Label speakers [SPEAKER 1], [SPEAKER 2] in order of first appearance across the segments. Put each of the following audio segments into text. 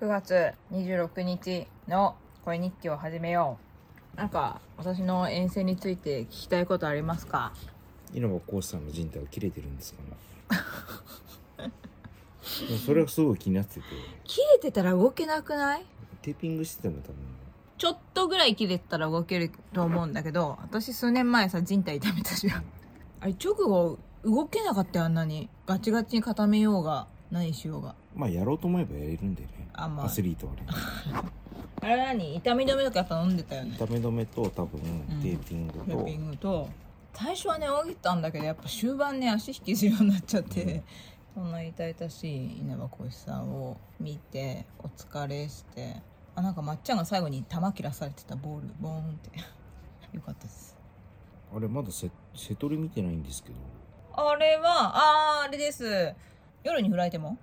[SPEAKER 1] 9月26日の声日記を始めよう。なんか、私の遠征について聞きたいことありますか
[SPEAKER 2] 稲葉浩志さんの人体は切れてるんですかね でもそれはすごい気になってて
[SPEAKER 1] 切れてたら動けなくない
[SPEAKER 2] テーピングしてても多分
[SPEAKER 1] ちょっとぐらい切れてたら動けると思うんだけど、私数年前さ、人体痛めたじゃん。あれ、直後、動けなかったよ、あんなに。ガチガチに固めようが、何しようが。
[SPEAKER 2] まあやろうと思えばやれるんでね
[SPEAKER 1] あまあ
[SPEAKER 2] アスリートはね
[SPEAKER 1] あれ何痛み止めとかやっぱ飲んでたよね。
[SPEAKER 2] ダメ止めと多分
[SPEAKER 1] ん
[SPEAKER 2] テーピング
[SPEAKER 1] テ
[SPEAKER 2] と、
[SPEAKER 1] ーピングと最初はね泳げたんだけどやっぱ終盤ね足引きずるようになっちゃって、そんな痛々しい稲葉浩志さんを見てお疲れしてあなんかまっちゃんが最後に球切らされてたボールボーンって よかったです
[SPEAKER 2] あれまだせ瀬戸り見てないんですけど
[SPEAKER 1] あれはあーあれです夜に振られても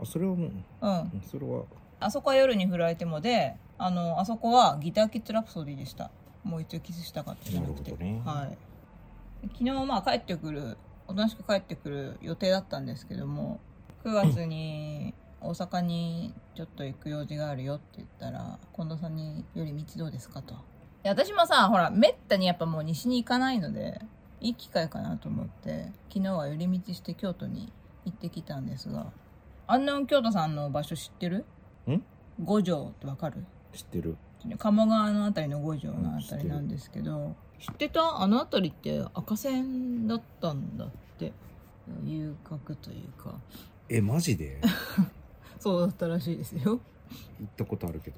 [SPEAKER 2] あそれはもう
[SPEAKER 1] うん
[SPEAKER 2] うんそれは
[SPEAKER 1] あそこは夜に振られてもであのあそこはギターキッズラプソディでしたもう一応キスしたかったじゃなくて
[SPEAKER 2] なるほどね
[SPEAKER 1] はい、昨日まあ帰ってくるおとなしく帰ってくる予定だったんですけども9月に大阪にちょっと行く用事があるよって言ったら近藤さんに「より道どうですか?」と。いや私もさほらめったにやっぱもう西に行かないのでいい機会かなと思って昨日は寄り道して京都に行ってきたんですがあんな京都さんの場所知ってる
[SPEAKER 2] ん
[SPEAKER 1] 五条ってわかる
[SPEAKER 2] 知ってる
[SPEAKER 1] 鴨川のあたりの五条のあたりなんですけど知ってたあのあたりって赤線だったんだって遊郭というか
[SPEAKER 2] えマジ で行
[SPEAKER 1] そうだったらしいですよ
[SPEAKER 2] ったことあるけど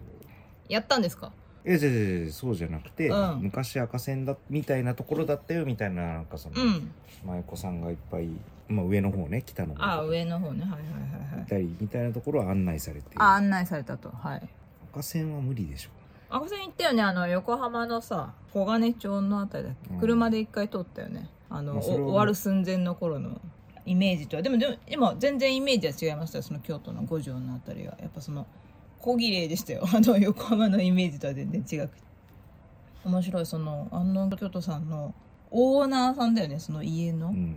[SPEAKER 1] やったんですか
[SPEAKER 2] えじゃじゃじゃそうじゃなくて、
[SPEAKER 1] うん
[SPEAKER 2] 昔赤線だみたいなところだったよみたいななんかその、
[SPEAKER 1] うん
[SPEAKER 2] 舞妓さんがいっぱい、まあ、上の方ね北の方
[SPEAKER 1] あ上の方ねはいはいはいはい
[SPEAKER 2] たりみたいなところは案内されて
[SPEAKER 1] あ案内されたとはい
[SPEAKER 2] 赤線は無理でしょ
[SPEAKER 1] 赤線行ったよねあの横浜のさ小金町のあたりだっけ、
[SPEAKER 2] うん
[SPEAKER 1] 車で一回通ったよねあの、
[SPEAKER 2] ま
[SPEAKER 1] お
[SPEAKER 2] あそれはね
[SPEAKER 1] 終わる寸前の頃のイメージとはでもでも今全然イメージは違いましたよその京都の五条のあたりはやっぱその小綺麗でしたよ あの横浜のイメージとは全然違くて面白いそのあの京都さんのオーナーさんだよねその家の、
[SPEAKER 2] うん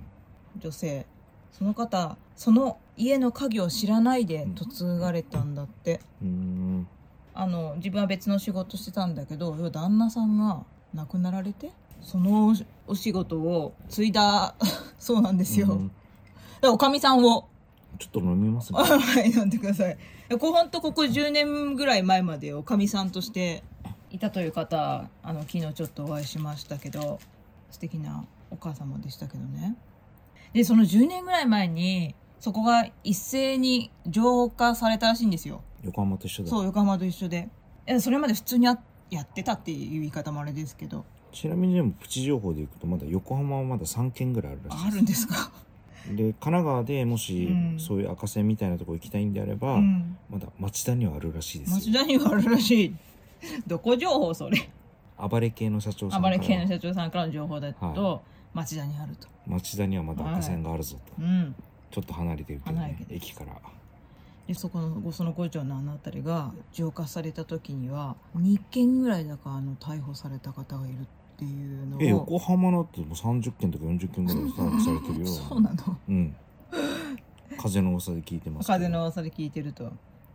[SPEAKER 1] 女性その方その家の家業を知らないで
[SPEAKER 2] うん
[SPEAKER 1] 嫁がれたんだって、
[SPEAKER 2] うーん
[SPEAKER 1] あの自分は別の仕事してたんだけど要は旦那さんが亡くなられてそのお仕事を継いだ そうなんですよ、
[SPEAKER 2] うん
[SPEAKER 1] だからおかみさんを
[SPEAKER 2] ちょっと飲みますね
[SPEAKER 1] はい飲んでくださいこうほんとここ10年ぐらい前までおかみさんとしていたという方あの昨日ちょっとお会いしましたけど素敵なお母様でしたけどねでその10年ぐらい前にそこが一斉に浄化されたらしいんですよ
[SPEAKER 2] 横浜と一緒だ
[SPEAKER 1] そう横浜と一緒でいやそれまで普通にあやってたっていう言い方もあれですけど
[SPEAKER 2] ちなみにでもプチ情報でいくとまだ横浜はまだ3軒ぐらいあるらしい
[SPEAKER 1] あるんです か、
[SPEAKER 2] で神奈川でもし
[SPEAKER 1] うん
[SPEAKER 2] そういう赤線みたいなとこ行きたいんであれば、
[SPEAKER 1] うん
[SPEAKER 2] まだ町田にはあるらしいです
[SPEAKER 1] 町
[SPEAKER 2] よ
[SPEAKER 1] 田にはあるら しいどこ情報それ
[SPEAKER 2] 暴れ系の社長さん
[SPEAKER 1] 暴
[SPEAKER 2] から
[SPEAKER 1] れ系の社長さんからの情報だと、
[SPEAKER 2] は
[SPEAKER 1] 町田にあると
[SPEAKER 2] 町田にはまだ赤線があるぞと、
[SPEAKER 1] うん
[SPEAKER 2] ちょっと離れてるけど
[SPEAKER 1] 離れ
[SPEAKER 2] ね
[SPEAKER 1] てる
[SPEAKER 2] 駅から
[SPEAKER 1] でそこのごその五条のあの辺りが浄化された時には2件ぐらいだかあの逮捕された方がいるっていうのを
[SPEAKER 2] え横浜のってもう30件とか40件ぐらい逮捕されてる よ
[SPEAKER 1] そうなの
[SPEAKER 2] うん。風の噂で聞いてますけど。
[SPEAKER 1] 風の噂で聞いてると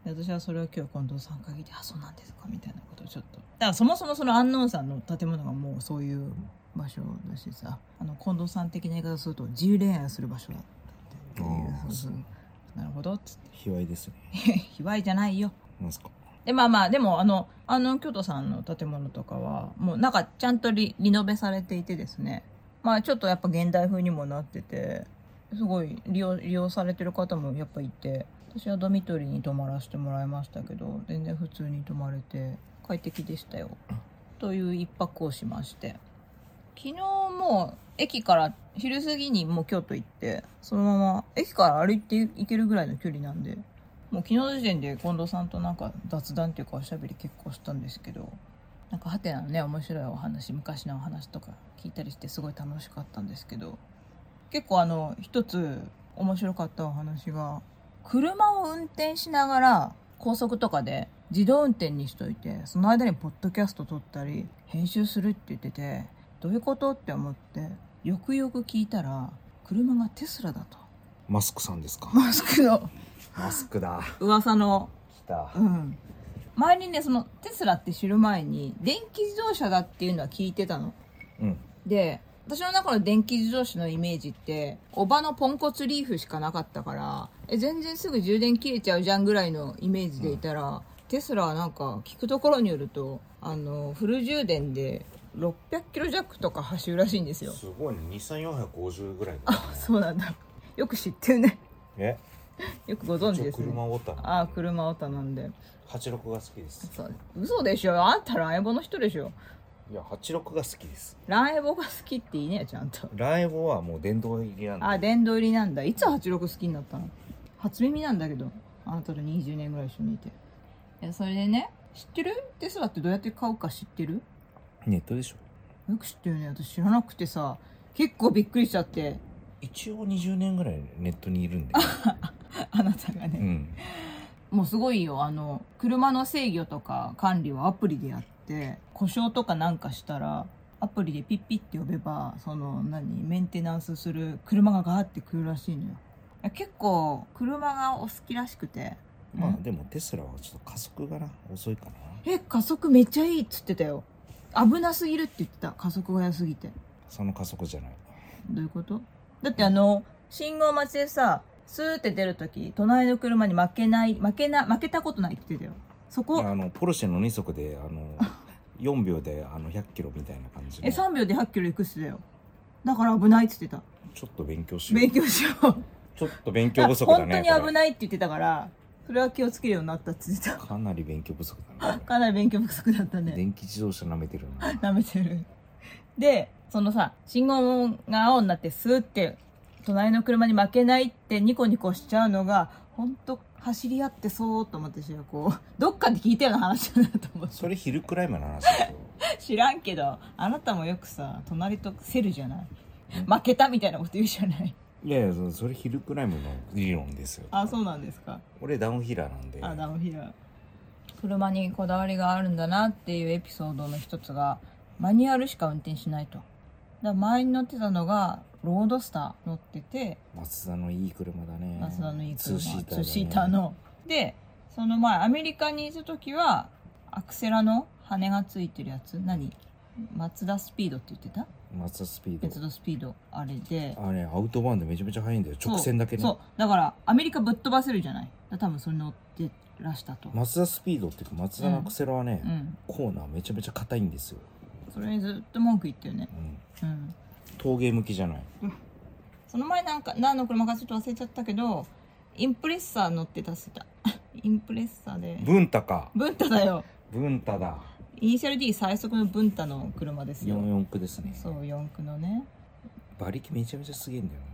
[SPEAKER 1] で私はそれを今日近藤さん限りあそうなんですかみたいなことをちょっとだからそもそもその安納さんの建物がもうそういう場所だしさあの近藤さん的な言い方をすると自由恋愛をする場所だったっていう
[SPEAKER 2] あー
[SPEAKER 1] そうそうなるほどっつっ
[SPEAKER 2] 卑猥ですね。
[SPEAKER 1] て 卑猥じゃないよ
[SPEAKER 2] なんすか。
[SPEAKER 1] でまあまあでもあのあの京都さんの建物とかはもうなんかちゃんとリリノベされていてですねまあちょっとやっぱ現代風にもなっててすごい利用利用されてる方もやっぱいて私はドミトリーに泊まらせてもらいましたけど全然普通に泊まれて快適でしたよという一泊をしまして昨日も駅から昼過ぎにもう京都行ってそのまま駅から歩いて行けるぐらいの距離なんでもう昨日の時点で近藤さんとなんか雑談っていうかおしゃべり結構したんですけどなんかハテナのね面白いお話昔のお話とか聞いたりしてすごい楽しかったんですけど結構あの一つ面白かったお話が車を運転しながら高速とかで自動運転にしといてその間にポッドキャスト撮ったり編集するって言っててどういうことって思ってよくよく聞いたら車がテスラだと
[SPEAKER 2] マスクさんですか。
[SPEAKER 1] マスクの
[SPEAKER 2] マスクだ。
[SPEAKER 1] 噂の
[SPEAKER 2] 来た。
[SPEAKER 1] うん前にねそのテスラって知る前に電気自動車だっていうのは聞いてたの
[SPEAKER 2] うん。
[SPEAKER 1] で私の中の電気自動車のイメージっておばのポンコツリーフしかなかったからえ全然すぐ充電切れちゃうじゃんぐらいのイメージでいたら、テスラはなんか聞くところによるとあのフル充電で600キロ弱とか走るらしいんですよ
[SPEAKER 2] すごいね。日産450ぐらいだ、
[SPEAKER 1] あそうなんだよく知ってるね
[SPEAKER 2] え
[SPEAKER 1] よくご存知
[SPEAKER 2] 一
[SPEAKER 1] で
[SPEAKER 2] 応
[SPEAKER 1] すね
[SPEAKER 2] 車をった
[SPEAKER 1] ああ車オタなんで
[SPEAKER 2] 86が好きです。
[SPEAKER 1] そう嘘でしょあんたライボの人でしょ
[SPEAKER 2] いや、86が好きです。
[SPEAKER 1] ライボが好きって言いねよちゃんと
[SPEAKER 2] ライボはもう電動入りなんで。
[SPEAKER 1] あ殿堂入りなんだいつ86好きになったの初耳なんだけどあなたと20年ぐらい一緒にいていやそれでね知ってるテスラってどうやって買うか知ってる
[SPEAKER 2] ネットでしょ
[SPEAKER 1] よく知ってるね私知らなくてさ結構びっくりしちゃって
[SPEAKER 2] 一応20年ぐらいネットにいるんで。
[SPEAKER 1] あなたが
[SPEAKER 2] う
[SPEAKER 1] ね、
[SPEAKER 2] ん。
[SPEAKER 1] もうすごいよあの車の制御とか管理はアプリでやって故障とかなんかしたらアプリでピッピッって呼べばその何メンテナンスする車がガーって来るらしいのよいや結構車がお好きらしくて
[SPEAKER 2] ま
[SPEAKER 1] う
[SPEAKER 2] あ
[SPEAKER 1] ん
[SPEAKER 2] でもテスラはちょっと加速がな、遅いかな。
[SPEAKER 1] え加速めっちゃいいっつってたよ危なすぎるって言ってた加速が良すぎて
[SPEAKER 2] その加速じゃない。
[SPEAKER 1] どういうことだってあの信号待ちでさスーって出るとき隣の車に負けない負けな負けたことないって言ってたよそこ
[SPEAKER 2] あの、ポルシェの2速で、あの、4秒であの100キロみたいな感じ
[SPEAKER 1] え
[SPEAKER 2] の。ちょ
[SPEAKER 1] 3秒で1 0 0キロいくっつってたよだから危ないっつってた
[SPEAKER 2] っと勉強しよう。
[SPEAKER 1] 勉強しよう
[SPEAKER 2] ちょっと勉強不足だね。
[SPEAKER 1] 本当に危
[SPEAKER 2] な
[SPEAKER 1] ないって言ってたからそれは気をつけるようになったっつってた
[SPEAKER 2] かなり勉強不足だね。こ
[SPEAKER 1] かなり勉強不足だった
[SPEAKER 2] れ
[SPEAKER 1] ね
[SPEAKER 2] 電気自動車舐めてるな。
[SPEAKER 1] 舐めてるでそのさ信号が青になってスーって隣の車に負けないってニコニコしちゃうのが本当走り合ってそうと思ってしこうどっかで聞いたような話だなと 思って
[SPEAKER 2] それヒルクライマーの話だけど。
[SPEAKER 1] 知らんけどあなたもよくさ隣とセルじゃない
[SPEAKER 2] ん
[SPEAKER 1] 負けたみたいなこと言うじゃない
[SPEAKER 2] いやいや、そそれヒルクライムの理論ですよ。
[SPEAKER 1] あそうなんですか
[SPEAKER 2] 俺ダウンヒラーなんで。
[SPEAKER 1] アダム・ヒラー車にこだわりがあるんだなっていうエピソードの一つがマニュアルしか運転しないとだから前に乗ってたのがロードスター乗ってて
[SPEAKER 2] マツダのいい車だね。
[SPEAKER 1] マツダのいい車
[SPEAKER 2] ツーシーターだね、
[SPEAKER 1] ツーシーターのでその前アメリカにいた時はアクセラの羽がついてるやつ何マツダスピードって言ってた
[SPEAKER 2] マツダスピー
[SPEAKER 1] 別
[SPEAKER 2] ド。
[SPEAKER 1] のスピードあれで
[SPEAKER 2] あれ、アウトバーンでめちゃめちゃ速いんだよ。直線だけね。
[SPEAKER 1] そうそうだからアメリカぶっ飛ばせるじゃないだから多分それ乗ってらしたと、
[SPEAKER 2] マツダスピードっていうか、マツダのアクセラはね、
[SPEAKER 1] うん
[SPEAKER 2] コーナーめちゃめちゃ硬いんですよ。
[SPEAKER 1] それにずっと文句言ってるね
[SPEAKER 2] うん。
[SPEAKER 1] うん
[SPEAKER 2] 陶芸向きじゃない。
[SPEAKER 1] その前なんか何の車かちょっと忘れちゃったけどインプレッサー乗ってたっつってた インプレッサーで
[SPEAKER 2] 文太か。
[SPEAKER 1] ブンタだよ
[SPEAKER 2] 文太だ。
[SPEAKER 1] イニシャル D 最速のブンタの車ですよ
[SPEAKER 2] 44区ですね。
[SPEAKER 1] そう四駆のね
[SPEAKER 2] 馬力めちゃめちゃすげえんだよな。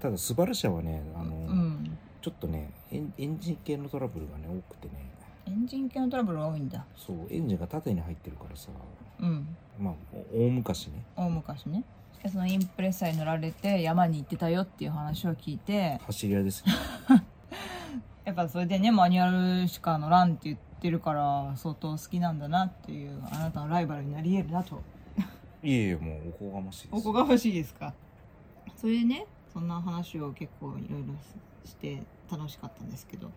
[SPEAKER 2] ただ、スバル車はね、あの、
[SPEAKER 1] うん
[SPEAKER 2] ちょっとねエン、エンジン系のトラブルがね、多くてね。
[SPEAKER 1] エンジン系のトラブルが多いんだ
[SPEAKER 2] そうエンジンが縦に入ってるからさ
[SPEAKER 1] うん
[SPEAKER 2] まあお大昔ね
[SPEAKER 1] 大昔ねでそのインプレッサーに乗られて山に行ってたよっていう話を聞いて
[SPEAKER 2] 走り 屋ですね
[SPEAKER 1] やっぱそれでねマニュアルしか乗らんって言ってるから相当好きなんだなっていうあなたのライバルになり得るなと
[SPEAKER 2] いえいえもうおこがましいです
[SPEAKER 1] おこが欲しいですかそれでねそんな話を結構いろいろして楽しかったんですけど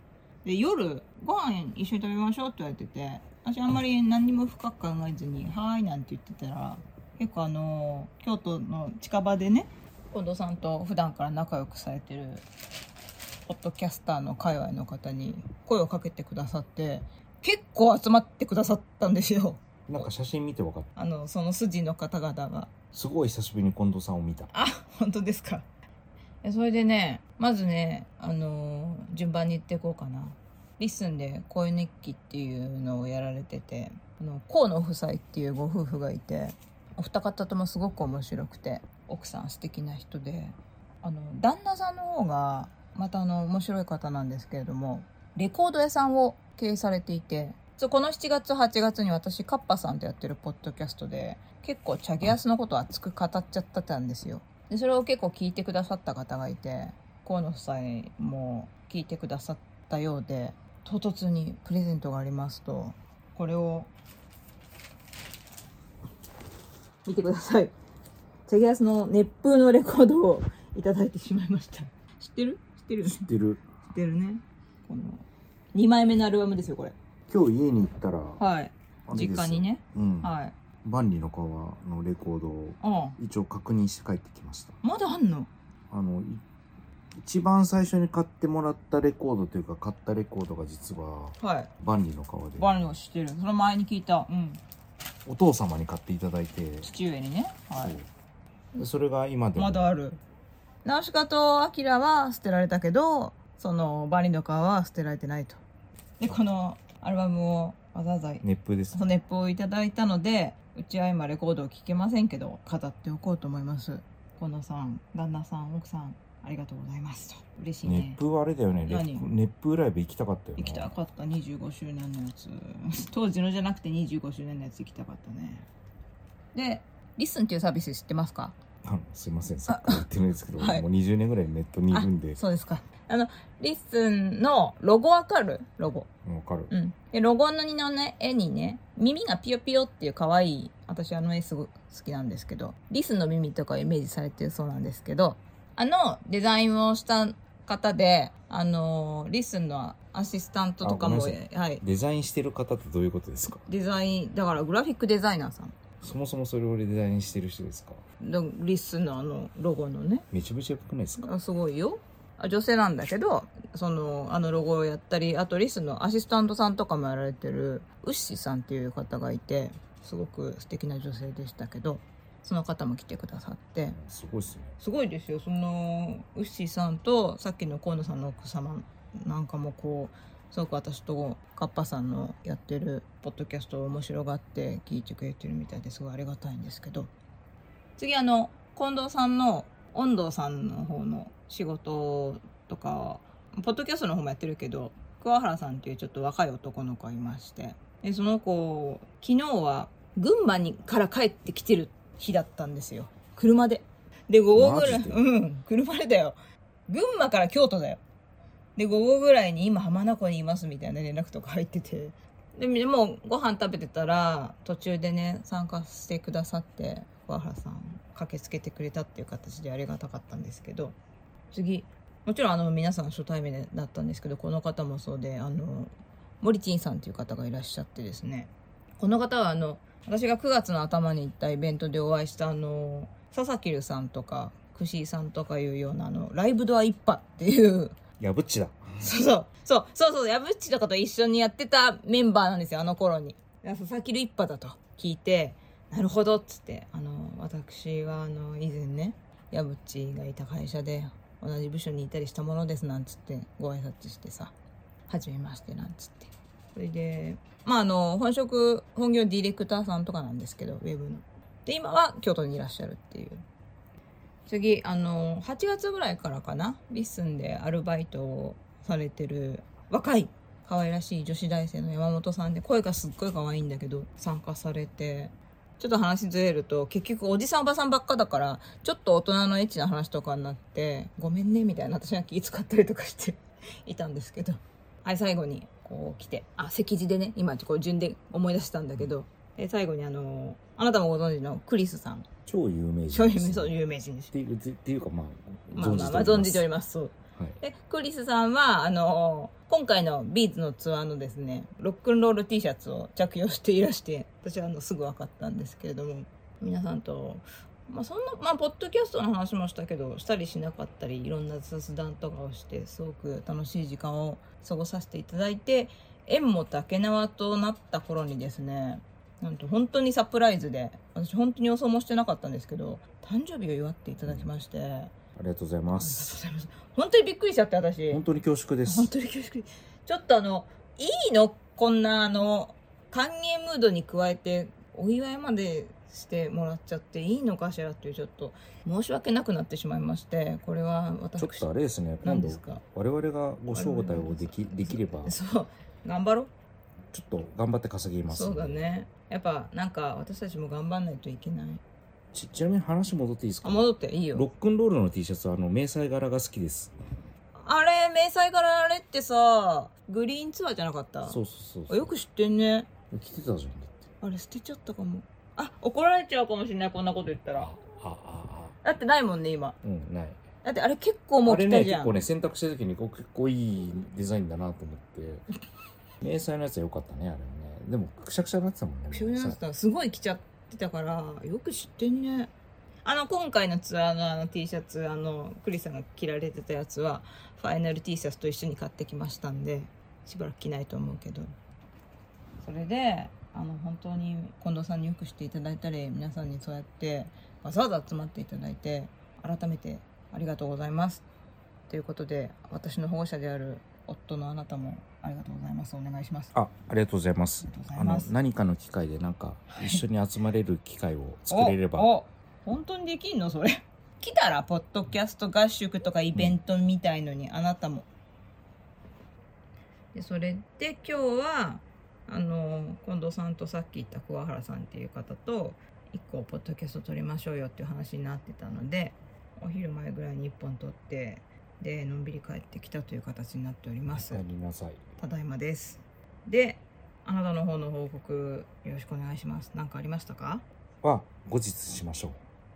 [SPEAKER 1] で夜ご飯一緒に食べましょうって言われてて私あんまり何にも深く考えずに「はーい」なんて言ってたら結構あの京都の近場でね近藤さんと普段から仲良くされてるポッドキャスターの界隈の方に声をかけてくださって結構集まってくださったんですよ
[SPEAKER 2] なんか写真見て分かった
[SPEAKER 1] あのその筋の方々が。
[SPEAKER 2] すごい久しぶりに近藤さんを見た
[SPEAKER 1] あ本当ですかえそれでねまずねあのー順番に言っていこうかなリッスンで恋日記っていうのをやられててあの河野夫妻っていうご夫婦がいてお二方ともすごく面白くて奥さん素敵な人であの旦那さんの方がまたあの面白い方なんですけれどもレコード屋さんを経営されていてそうこの7月8月に私カッパさんとやってるポッドキャストで結構チャゲアスのことを熱く語っちゃってたんですよでそれを結構聞いてくださった方がいて河野夫妻も聞いてくださったようで唐突にプレゼントがありますとこれを見てくださいチャゲアスの熱風のレコードをいただいてしまいました知ってる知ってるよね
[SPEAKER 2] てる
[SPEAKER 1] 知ってるねこの2枚目のアルバムですよこれ
[SPEAKER 2] 今日家に行ったら、
[SPEAKER 1] はい
[SPEAKER 2] あれです
[SPEAKER 1] 実家にね、
[SPEAKER 2] うん
[SPEAKER 1] はい
[SPEAKER 2] 万里の川のレコードを
[SPEAKER 1] うん
[SPEAKER 2] 一応確認して帰ってきました
[SPEAKER 1] まだあんの
[SPEAKER 2] あのい一番最初に買ってもらったレコードというか買ったレコードが実は
[SPEAKER 1] はい
[SPEAKER 2] 万里の川で
[SPEAKER 1] バレをしてるその前に聞いたうん
[SPEAKER 2] お父様に買っていただいて、
[SPEAKER 1] 父上にねは
[SPEAKER 2] そ
[SPEAKER 1] いう
[SPEAKER 2] でそれが今でも
[SPEAKER 1] まだあるナウシカとアキラは捨てられたけどそのバリの川は捨てられてないとでこのアルバムをわざわざ
[SPEAKER 2] 熱風です
[SPEAKER 1] その熱風をいただいたのでうちは今レコードを聴けませんけど語っておこうと思います近野さん旦那さん奥さんありがとうございますと嬉しい
[SPEAKER 2] 熱
[SPEAKER 1] ね
[SPEAKER 2] 風はあれだよね熱
[SPEAKER 1] 何
[SPEAKER 2] 風熱風ライブ行きたかったよね
[SPEAKER 1] 行きたかった25周年のやつ 当時のじゃなくて25周年のやつ行きたかったねでリスンっていうサービス知ってますか
[SPEAKER 2] あのすいませんさっき言ってるんですけど、
[SPEAKER 1] はい
[SPEAKER 2] もう20年ぐらいネットにいるんで
[SPEAKER 1] そうですかあのリスンのロゴわかるロゴ
[SPEAKER 2] わかる
[SPEAKER 1] うんでロゴのにのね絵にね耳がピヨピヨっていう可愛い私あの絵すごい好きなんですけどリスの耳とかをイメージされてるそうなんですけどあのデザインをした方であのーリスのアシスタントとか
[SPEAKER 2] あ
[SPEAKER 1] も
[SPEAKER 2] ごめんな
[SPEAKER 1] はい
[SPEAKER 2] デザインしてる方ってどういうことですか
[SPEAKER 1] デザインだからグラフィックデザイナーさん
[SPEAKER 2] そもそもそれをデザインしてる人ですか
[SPEAKER 1] のリスのあのロゴのね
[SPEAKER 2] めちゃめちゃよくないですか
[SPEAKER 1] あすごいよあ女性なんだけどそのあのロゴをやったりあとリスのアシスタントさんとかもやられてるウッシーさんっていう方がいてすごく素敵な女性でしたけどその方も来てくださって
[SPEAKER 2] すごいっすね
[SPEAKER 1] すごいですよそのウッシーさんとさっきの河野さんの奥様なんかもこうすごく私とカッパさんのやってるポッドキャストを面白がって聞いてくれてるみたいですごいありがたいんですけど次あの近藤さんの遠藤さんの方の仕事とかポッドキャストの方もやってるけど桑原さんっていうちょっと若い男の子がいましてでその子昨日は群馬にから帰ってきてる日だったんですよ車でで午後ぐらい
[SPEAKER 2] マジで
[SPEAKER 1] うん車でだよ群馬から京都だよで午後ぐらいに今浜名湖にいますみたいな連絡とか入っててでもうご飯食べてたら途中でね参加してくださって桑原さん駆けつけてくれたっていう形でありがたかったんですけど次もちろんあの皆さん初対面だったんですけどこの方もそうであのモリチンさんという方がいらっしゃってですねこの方はあの私が9月の頭に行ったイベントでお会いしたあの佐々木留さんとか串井さんとかいうようなあのライブドア一派っていう
[SPEAKER 2] やぶっちだ
[SPEAKER 1] そうそう。そうそうそう。やぶっちとかと一緒にやってたメンバーなんですよ、あの頃に。いや佐々木ル一派だと聞いて、なるほどっつって、あの、私はあの、以前ね、やぶっちがいた会社で同じ部署にいたりしたものですなんつってご挨拶してさ、はじめましてなんつって。それで、まああの、本職、本業ディレクターさんとかなんですけど、ウェブの。で、今は京都にいらっしゃるっていう。次あの8月ぐらいからかなリッスンでアルバイトをされてる若い可愛らしい女子大生の山本さんで声がすっごい可愛いんだけど参加されてちょっと話ずれると結局おじさんおばさんばっかだからちょっと大人のエッチな話とかになってごめんねみたいな私が気使ったりとかしていたんですけどはい最後にこう来てあ席次でね今こう順で思い出したんだけどえ最後にあのあなたもご存知のクリスさん
[SPEAKER 2] 超有名人
[SPEAKER 1] 商
[SPEAKER 2] です
[SPEAKER 1] 品そう有名人です
[SPEAKER 2] っていうっていうかまあ
[SPEAKER 1] まあまあまあ存じております。そう
[SPEAKER 2] すはい
[SPEAKER 1] で、クリスさんは、あのー今回のビーズのツアーのですね、ロックンロール T シャツを着用していらして、私はあの、すぐ分かったんですけれども、皆さんと、まあそんな、まあ、ポッドキャストの話もしたけど、したりしなかったり、いろんな雑談とかをして、すごく楽しい時間を過ごさせていただいて、縁も竹縄となった頃にですね、なんと本当にサプライズで、私本当に予想もしてなかったんですけど、誕生日を祝っていただきまして、
[SPEAKER 2] ありがとうございます
[SPEAKER 1] 本当にびっくりしちゃって私
[SPEAKER 2] 本当に恐縮で
[SPEAKER 1] 本
[SPEAKER 2] す
[SPEAKER 1] 当に恐縮ちょっとあのいいのこんなあの歓迎ムードに加えてお祝いまでしてもらっちゃっていいのかしらっていうちょっと申し訳なくなってしまいましてこれは
[SPEAKER 2] ちょっ
[SPEAKER 1] 私
[SPEAKER 2] とあれですね今
[SPEAKER 1] 何
[SPEAKER 2] 度
[SPEAKER 1] ですか
[SPEAKER 2] 我々がご招待をできできればちょ
[SPEAKER 1] そう頑張ろう
[SPEAKER 2] っと頑張って稼ぎます
[SPEAKER 1] そうだねやっぱなんか私たちも頑張んないといけない
[SPEAKER 2] ちちなみに話戻っていいです
[SPEAKER 1] あ
[SPEAKER 2] か
[SPEAKER 1] 戻っていい
[SPEAKER 2] ロ
[SPEAKER 1] よ
[SPEAKER 2] ックンロールの T シャツはあの迷彩柄が好きです
[SPEAKER 1] あれ迷彩柄あれってさグリーンツアーじゃなかった
[SPEAKER 2] そうそうそう
[SPEAKER 1] あよく知ってんね
[SPEAKER 2] 着てたじゃんだって
[SPEAKER 1] あれ捨てちゃったかもあ怒られちゃうかもしれないこんなこと言ったら
[SPEAKER 2] あああ
[SPEAKER 1] だってないもんね今
[SPEAKER 2] うんない
[SPEAKER 1] だってあれ結構も
[SPEAKER 2] あ
[SPEAKER 1] う
[SPEAKER 2] れ
[SPEAKER 1] 来
[SPEAKER 2] ね
[SPEAKER 1] たじ
[SPEAKER 2] 結
[SPEAKER 1] ゃ
[SPEAKER 2] 構
[SPEAKER 1] ん、
[SPEAKER 2] ね選択した時にこう結構いいデザインだなと思 って迷彩のやつは良かったねあれもねでもくしゃくしゃになってたもんね
[SPEAKER 1] ピョンヤンスターすごい来ちゃってたからよく知ってんねあの今回のツアーのあの T シャツあのクリスさんが着られてたやつはファイナル T シャツと一緒に買ってきましたんでしばらく着ないと思うけどそれであの本当に近藤さんによくしていただいたり皆さんにそうやってわざわざ集まっていただいて改めてありがとうございますということで私の保護者である夫のあなたもありがとうございますお願いします
[SPEAKER 2] あありがとうございます
[SPEAKER 1] ありがとうござ
[SPEAKER 2] あ
[SPEAKER 1] い
[SPEAKER 2] の
[SPEAKER 1] ます
[SPEAKER 2] 何かの機会でなんか一緒に集まれる機会を作れれば
[SPEAKER 1] おお本当にできんのそれ 来たらポッドキャスト合宿とかイベントみたいのに、あなたもでそれで今日はあの近藤さんとさっき言った桑原さんっていう方と1個ポッドキャスト撮りましょうよっていう話になってたのでお昼前ぐらいに1本撮ってでのんびり帰ってきたという形になっております
[SPEAKER 2] お帰りなさい
[SPEAKER 1] ただいまですであなたの方の報告よろしくお願いします何かありましたか
[SPEAKER 2] は後日しましょ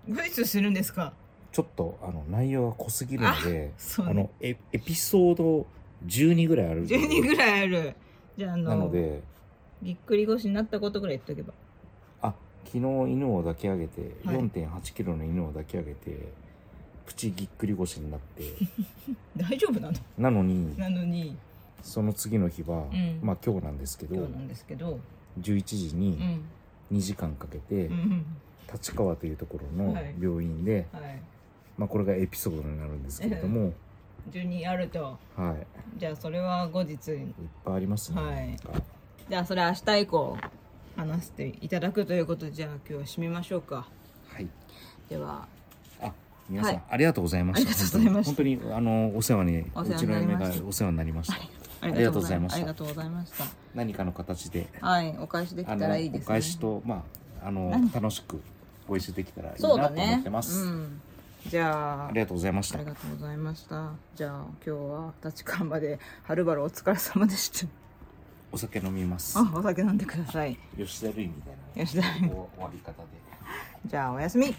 [SPEAKER 2] う
[SPEAKER 1] 後日するんですか
[SPEAKER 2] ちょっとあの内容が濃すぎるので
[SPEAKER 1] そう
[SPEAKER 2] あ
[SPEAKER 1] ね
[SPEAKER 2] のエエピソード12ぐらいあるんで
[SPEAKER 1] 12ぐらいあるじゃああの
[SPEAKER 2] なので
[SPEAKER 1] ぎっくり腰になったことぐらい言っとけば
[SPEAKER 2] あ昨日犬を抱き上げて、
[SPEAKER 1] はい
[SPEAKER 2] 4 8キロの犬を抱き上げてプチぎっくり腰になって
[SPEAKER 1] 大丈夫なの
[SPEAKER 2] なのに
[SPEAKER 1] なのに
[SPEAKER 2] その次の日は、
[SPEAKER 1] ん
[SPEAKER 2] まあ今日なんですけど
[SPEAKER 1] 今日なんですけど
[SPEAKER 2] 11時
[SPEAKER 1] う
[SPEAKER 2] に
[SPEAKER 1] ん
[SPEAKER 2] 2時間かけて、
[SPEAKER 1] うん
[SPEAKER 2] 立川というところの
[SPEAKER 1] はい
[SPEAKER 2] 病院で、
[SPEAKER 1] はい
[SPEAKER 2] まあこれがエピソードになるんですけれども、
[SPEAKER 1] 12あると
[SPEAKER 2] はいいっ
[SPEAKER 1] じゃあそれは後日
[SPEAKER 2] ぱいありますね、
[SPEAKER 1] はい
[SPEAKER 2] なんか
[SPEAKER 1] じゃあそれ明日以降話していただくということでじゃあ今日は締めましょうか
[SPEAKER 2] はい
[SPEAKER 1] では
[SPEAKER 2] あ皆さん、
[SPEAKER 1] はい
[SPEAKER 2] ありがとうございました
[SPEAKER 1] ありがとうございました
[SPEAKER 2] 本当に本当にあのお世話に
[SPEAKER 1] お世
[SPEAKER 2] う
[SPEAKER 1] 話
[SPEAKER 2] ち
[SPEAKER 1] に
[SPEAKER 2] の
[SPEAKER 1] なり
[SPEAKER 2] 嫁
[SPEAKER 1] ました
[SPEAKER 2] がお世話になりました
[SPEAKER 1] あ
[SPEAKER 2] りがとうございました
[SPEAKER 1] ありがとうございました
[SPEAKER 2] 何かの形で
[SPEAKER 1] はいお返しでき
[SPEAKER 2] あ
[SPEAKER 1] た
[SPEAKER 2] の
[SPEAKER 1] らいいですね
[SPEAKER 2] お返しとまああの
[SPEAKER 1] 何
[SPEAKER 2] 楽しくご一緒できたらいいなと
[SPEAKER 1] そうだ
[SPEAKER 2] 思っ
[SPEAKER 1] ね
[SPEAKER 2] てます、
[SPEAKER 1] うんじゃあ
[SPEAKER 2] ありがとうございまし
[SPEAKER 1] あ
[SPEAKER 2] た
[SPEAKER 1] りがとうございました。じゃあ今日は立川まではるばるお疲れ様でした。
[SPEAKER 2] お酒飲みます
[SPEAKER 1] あ、お酒飲んでください。
[SPEAKER 2] 吉田類みたいな
[SPEAKER 1] 吉田類
[SPEAKER 2] お終わり方で
[SPEAKER 1] じゃあおやすみ。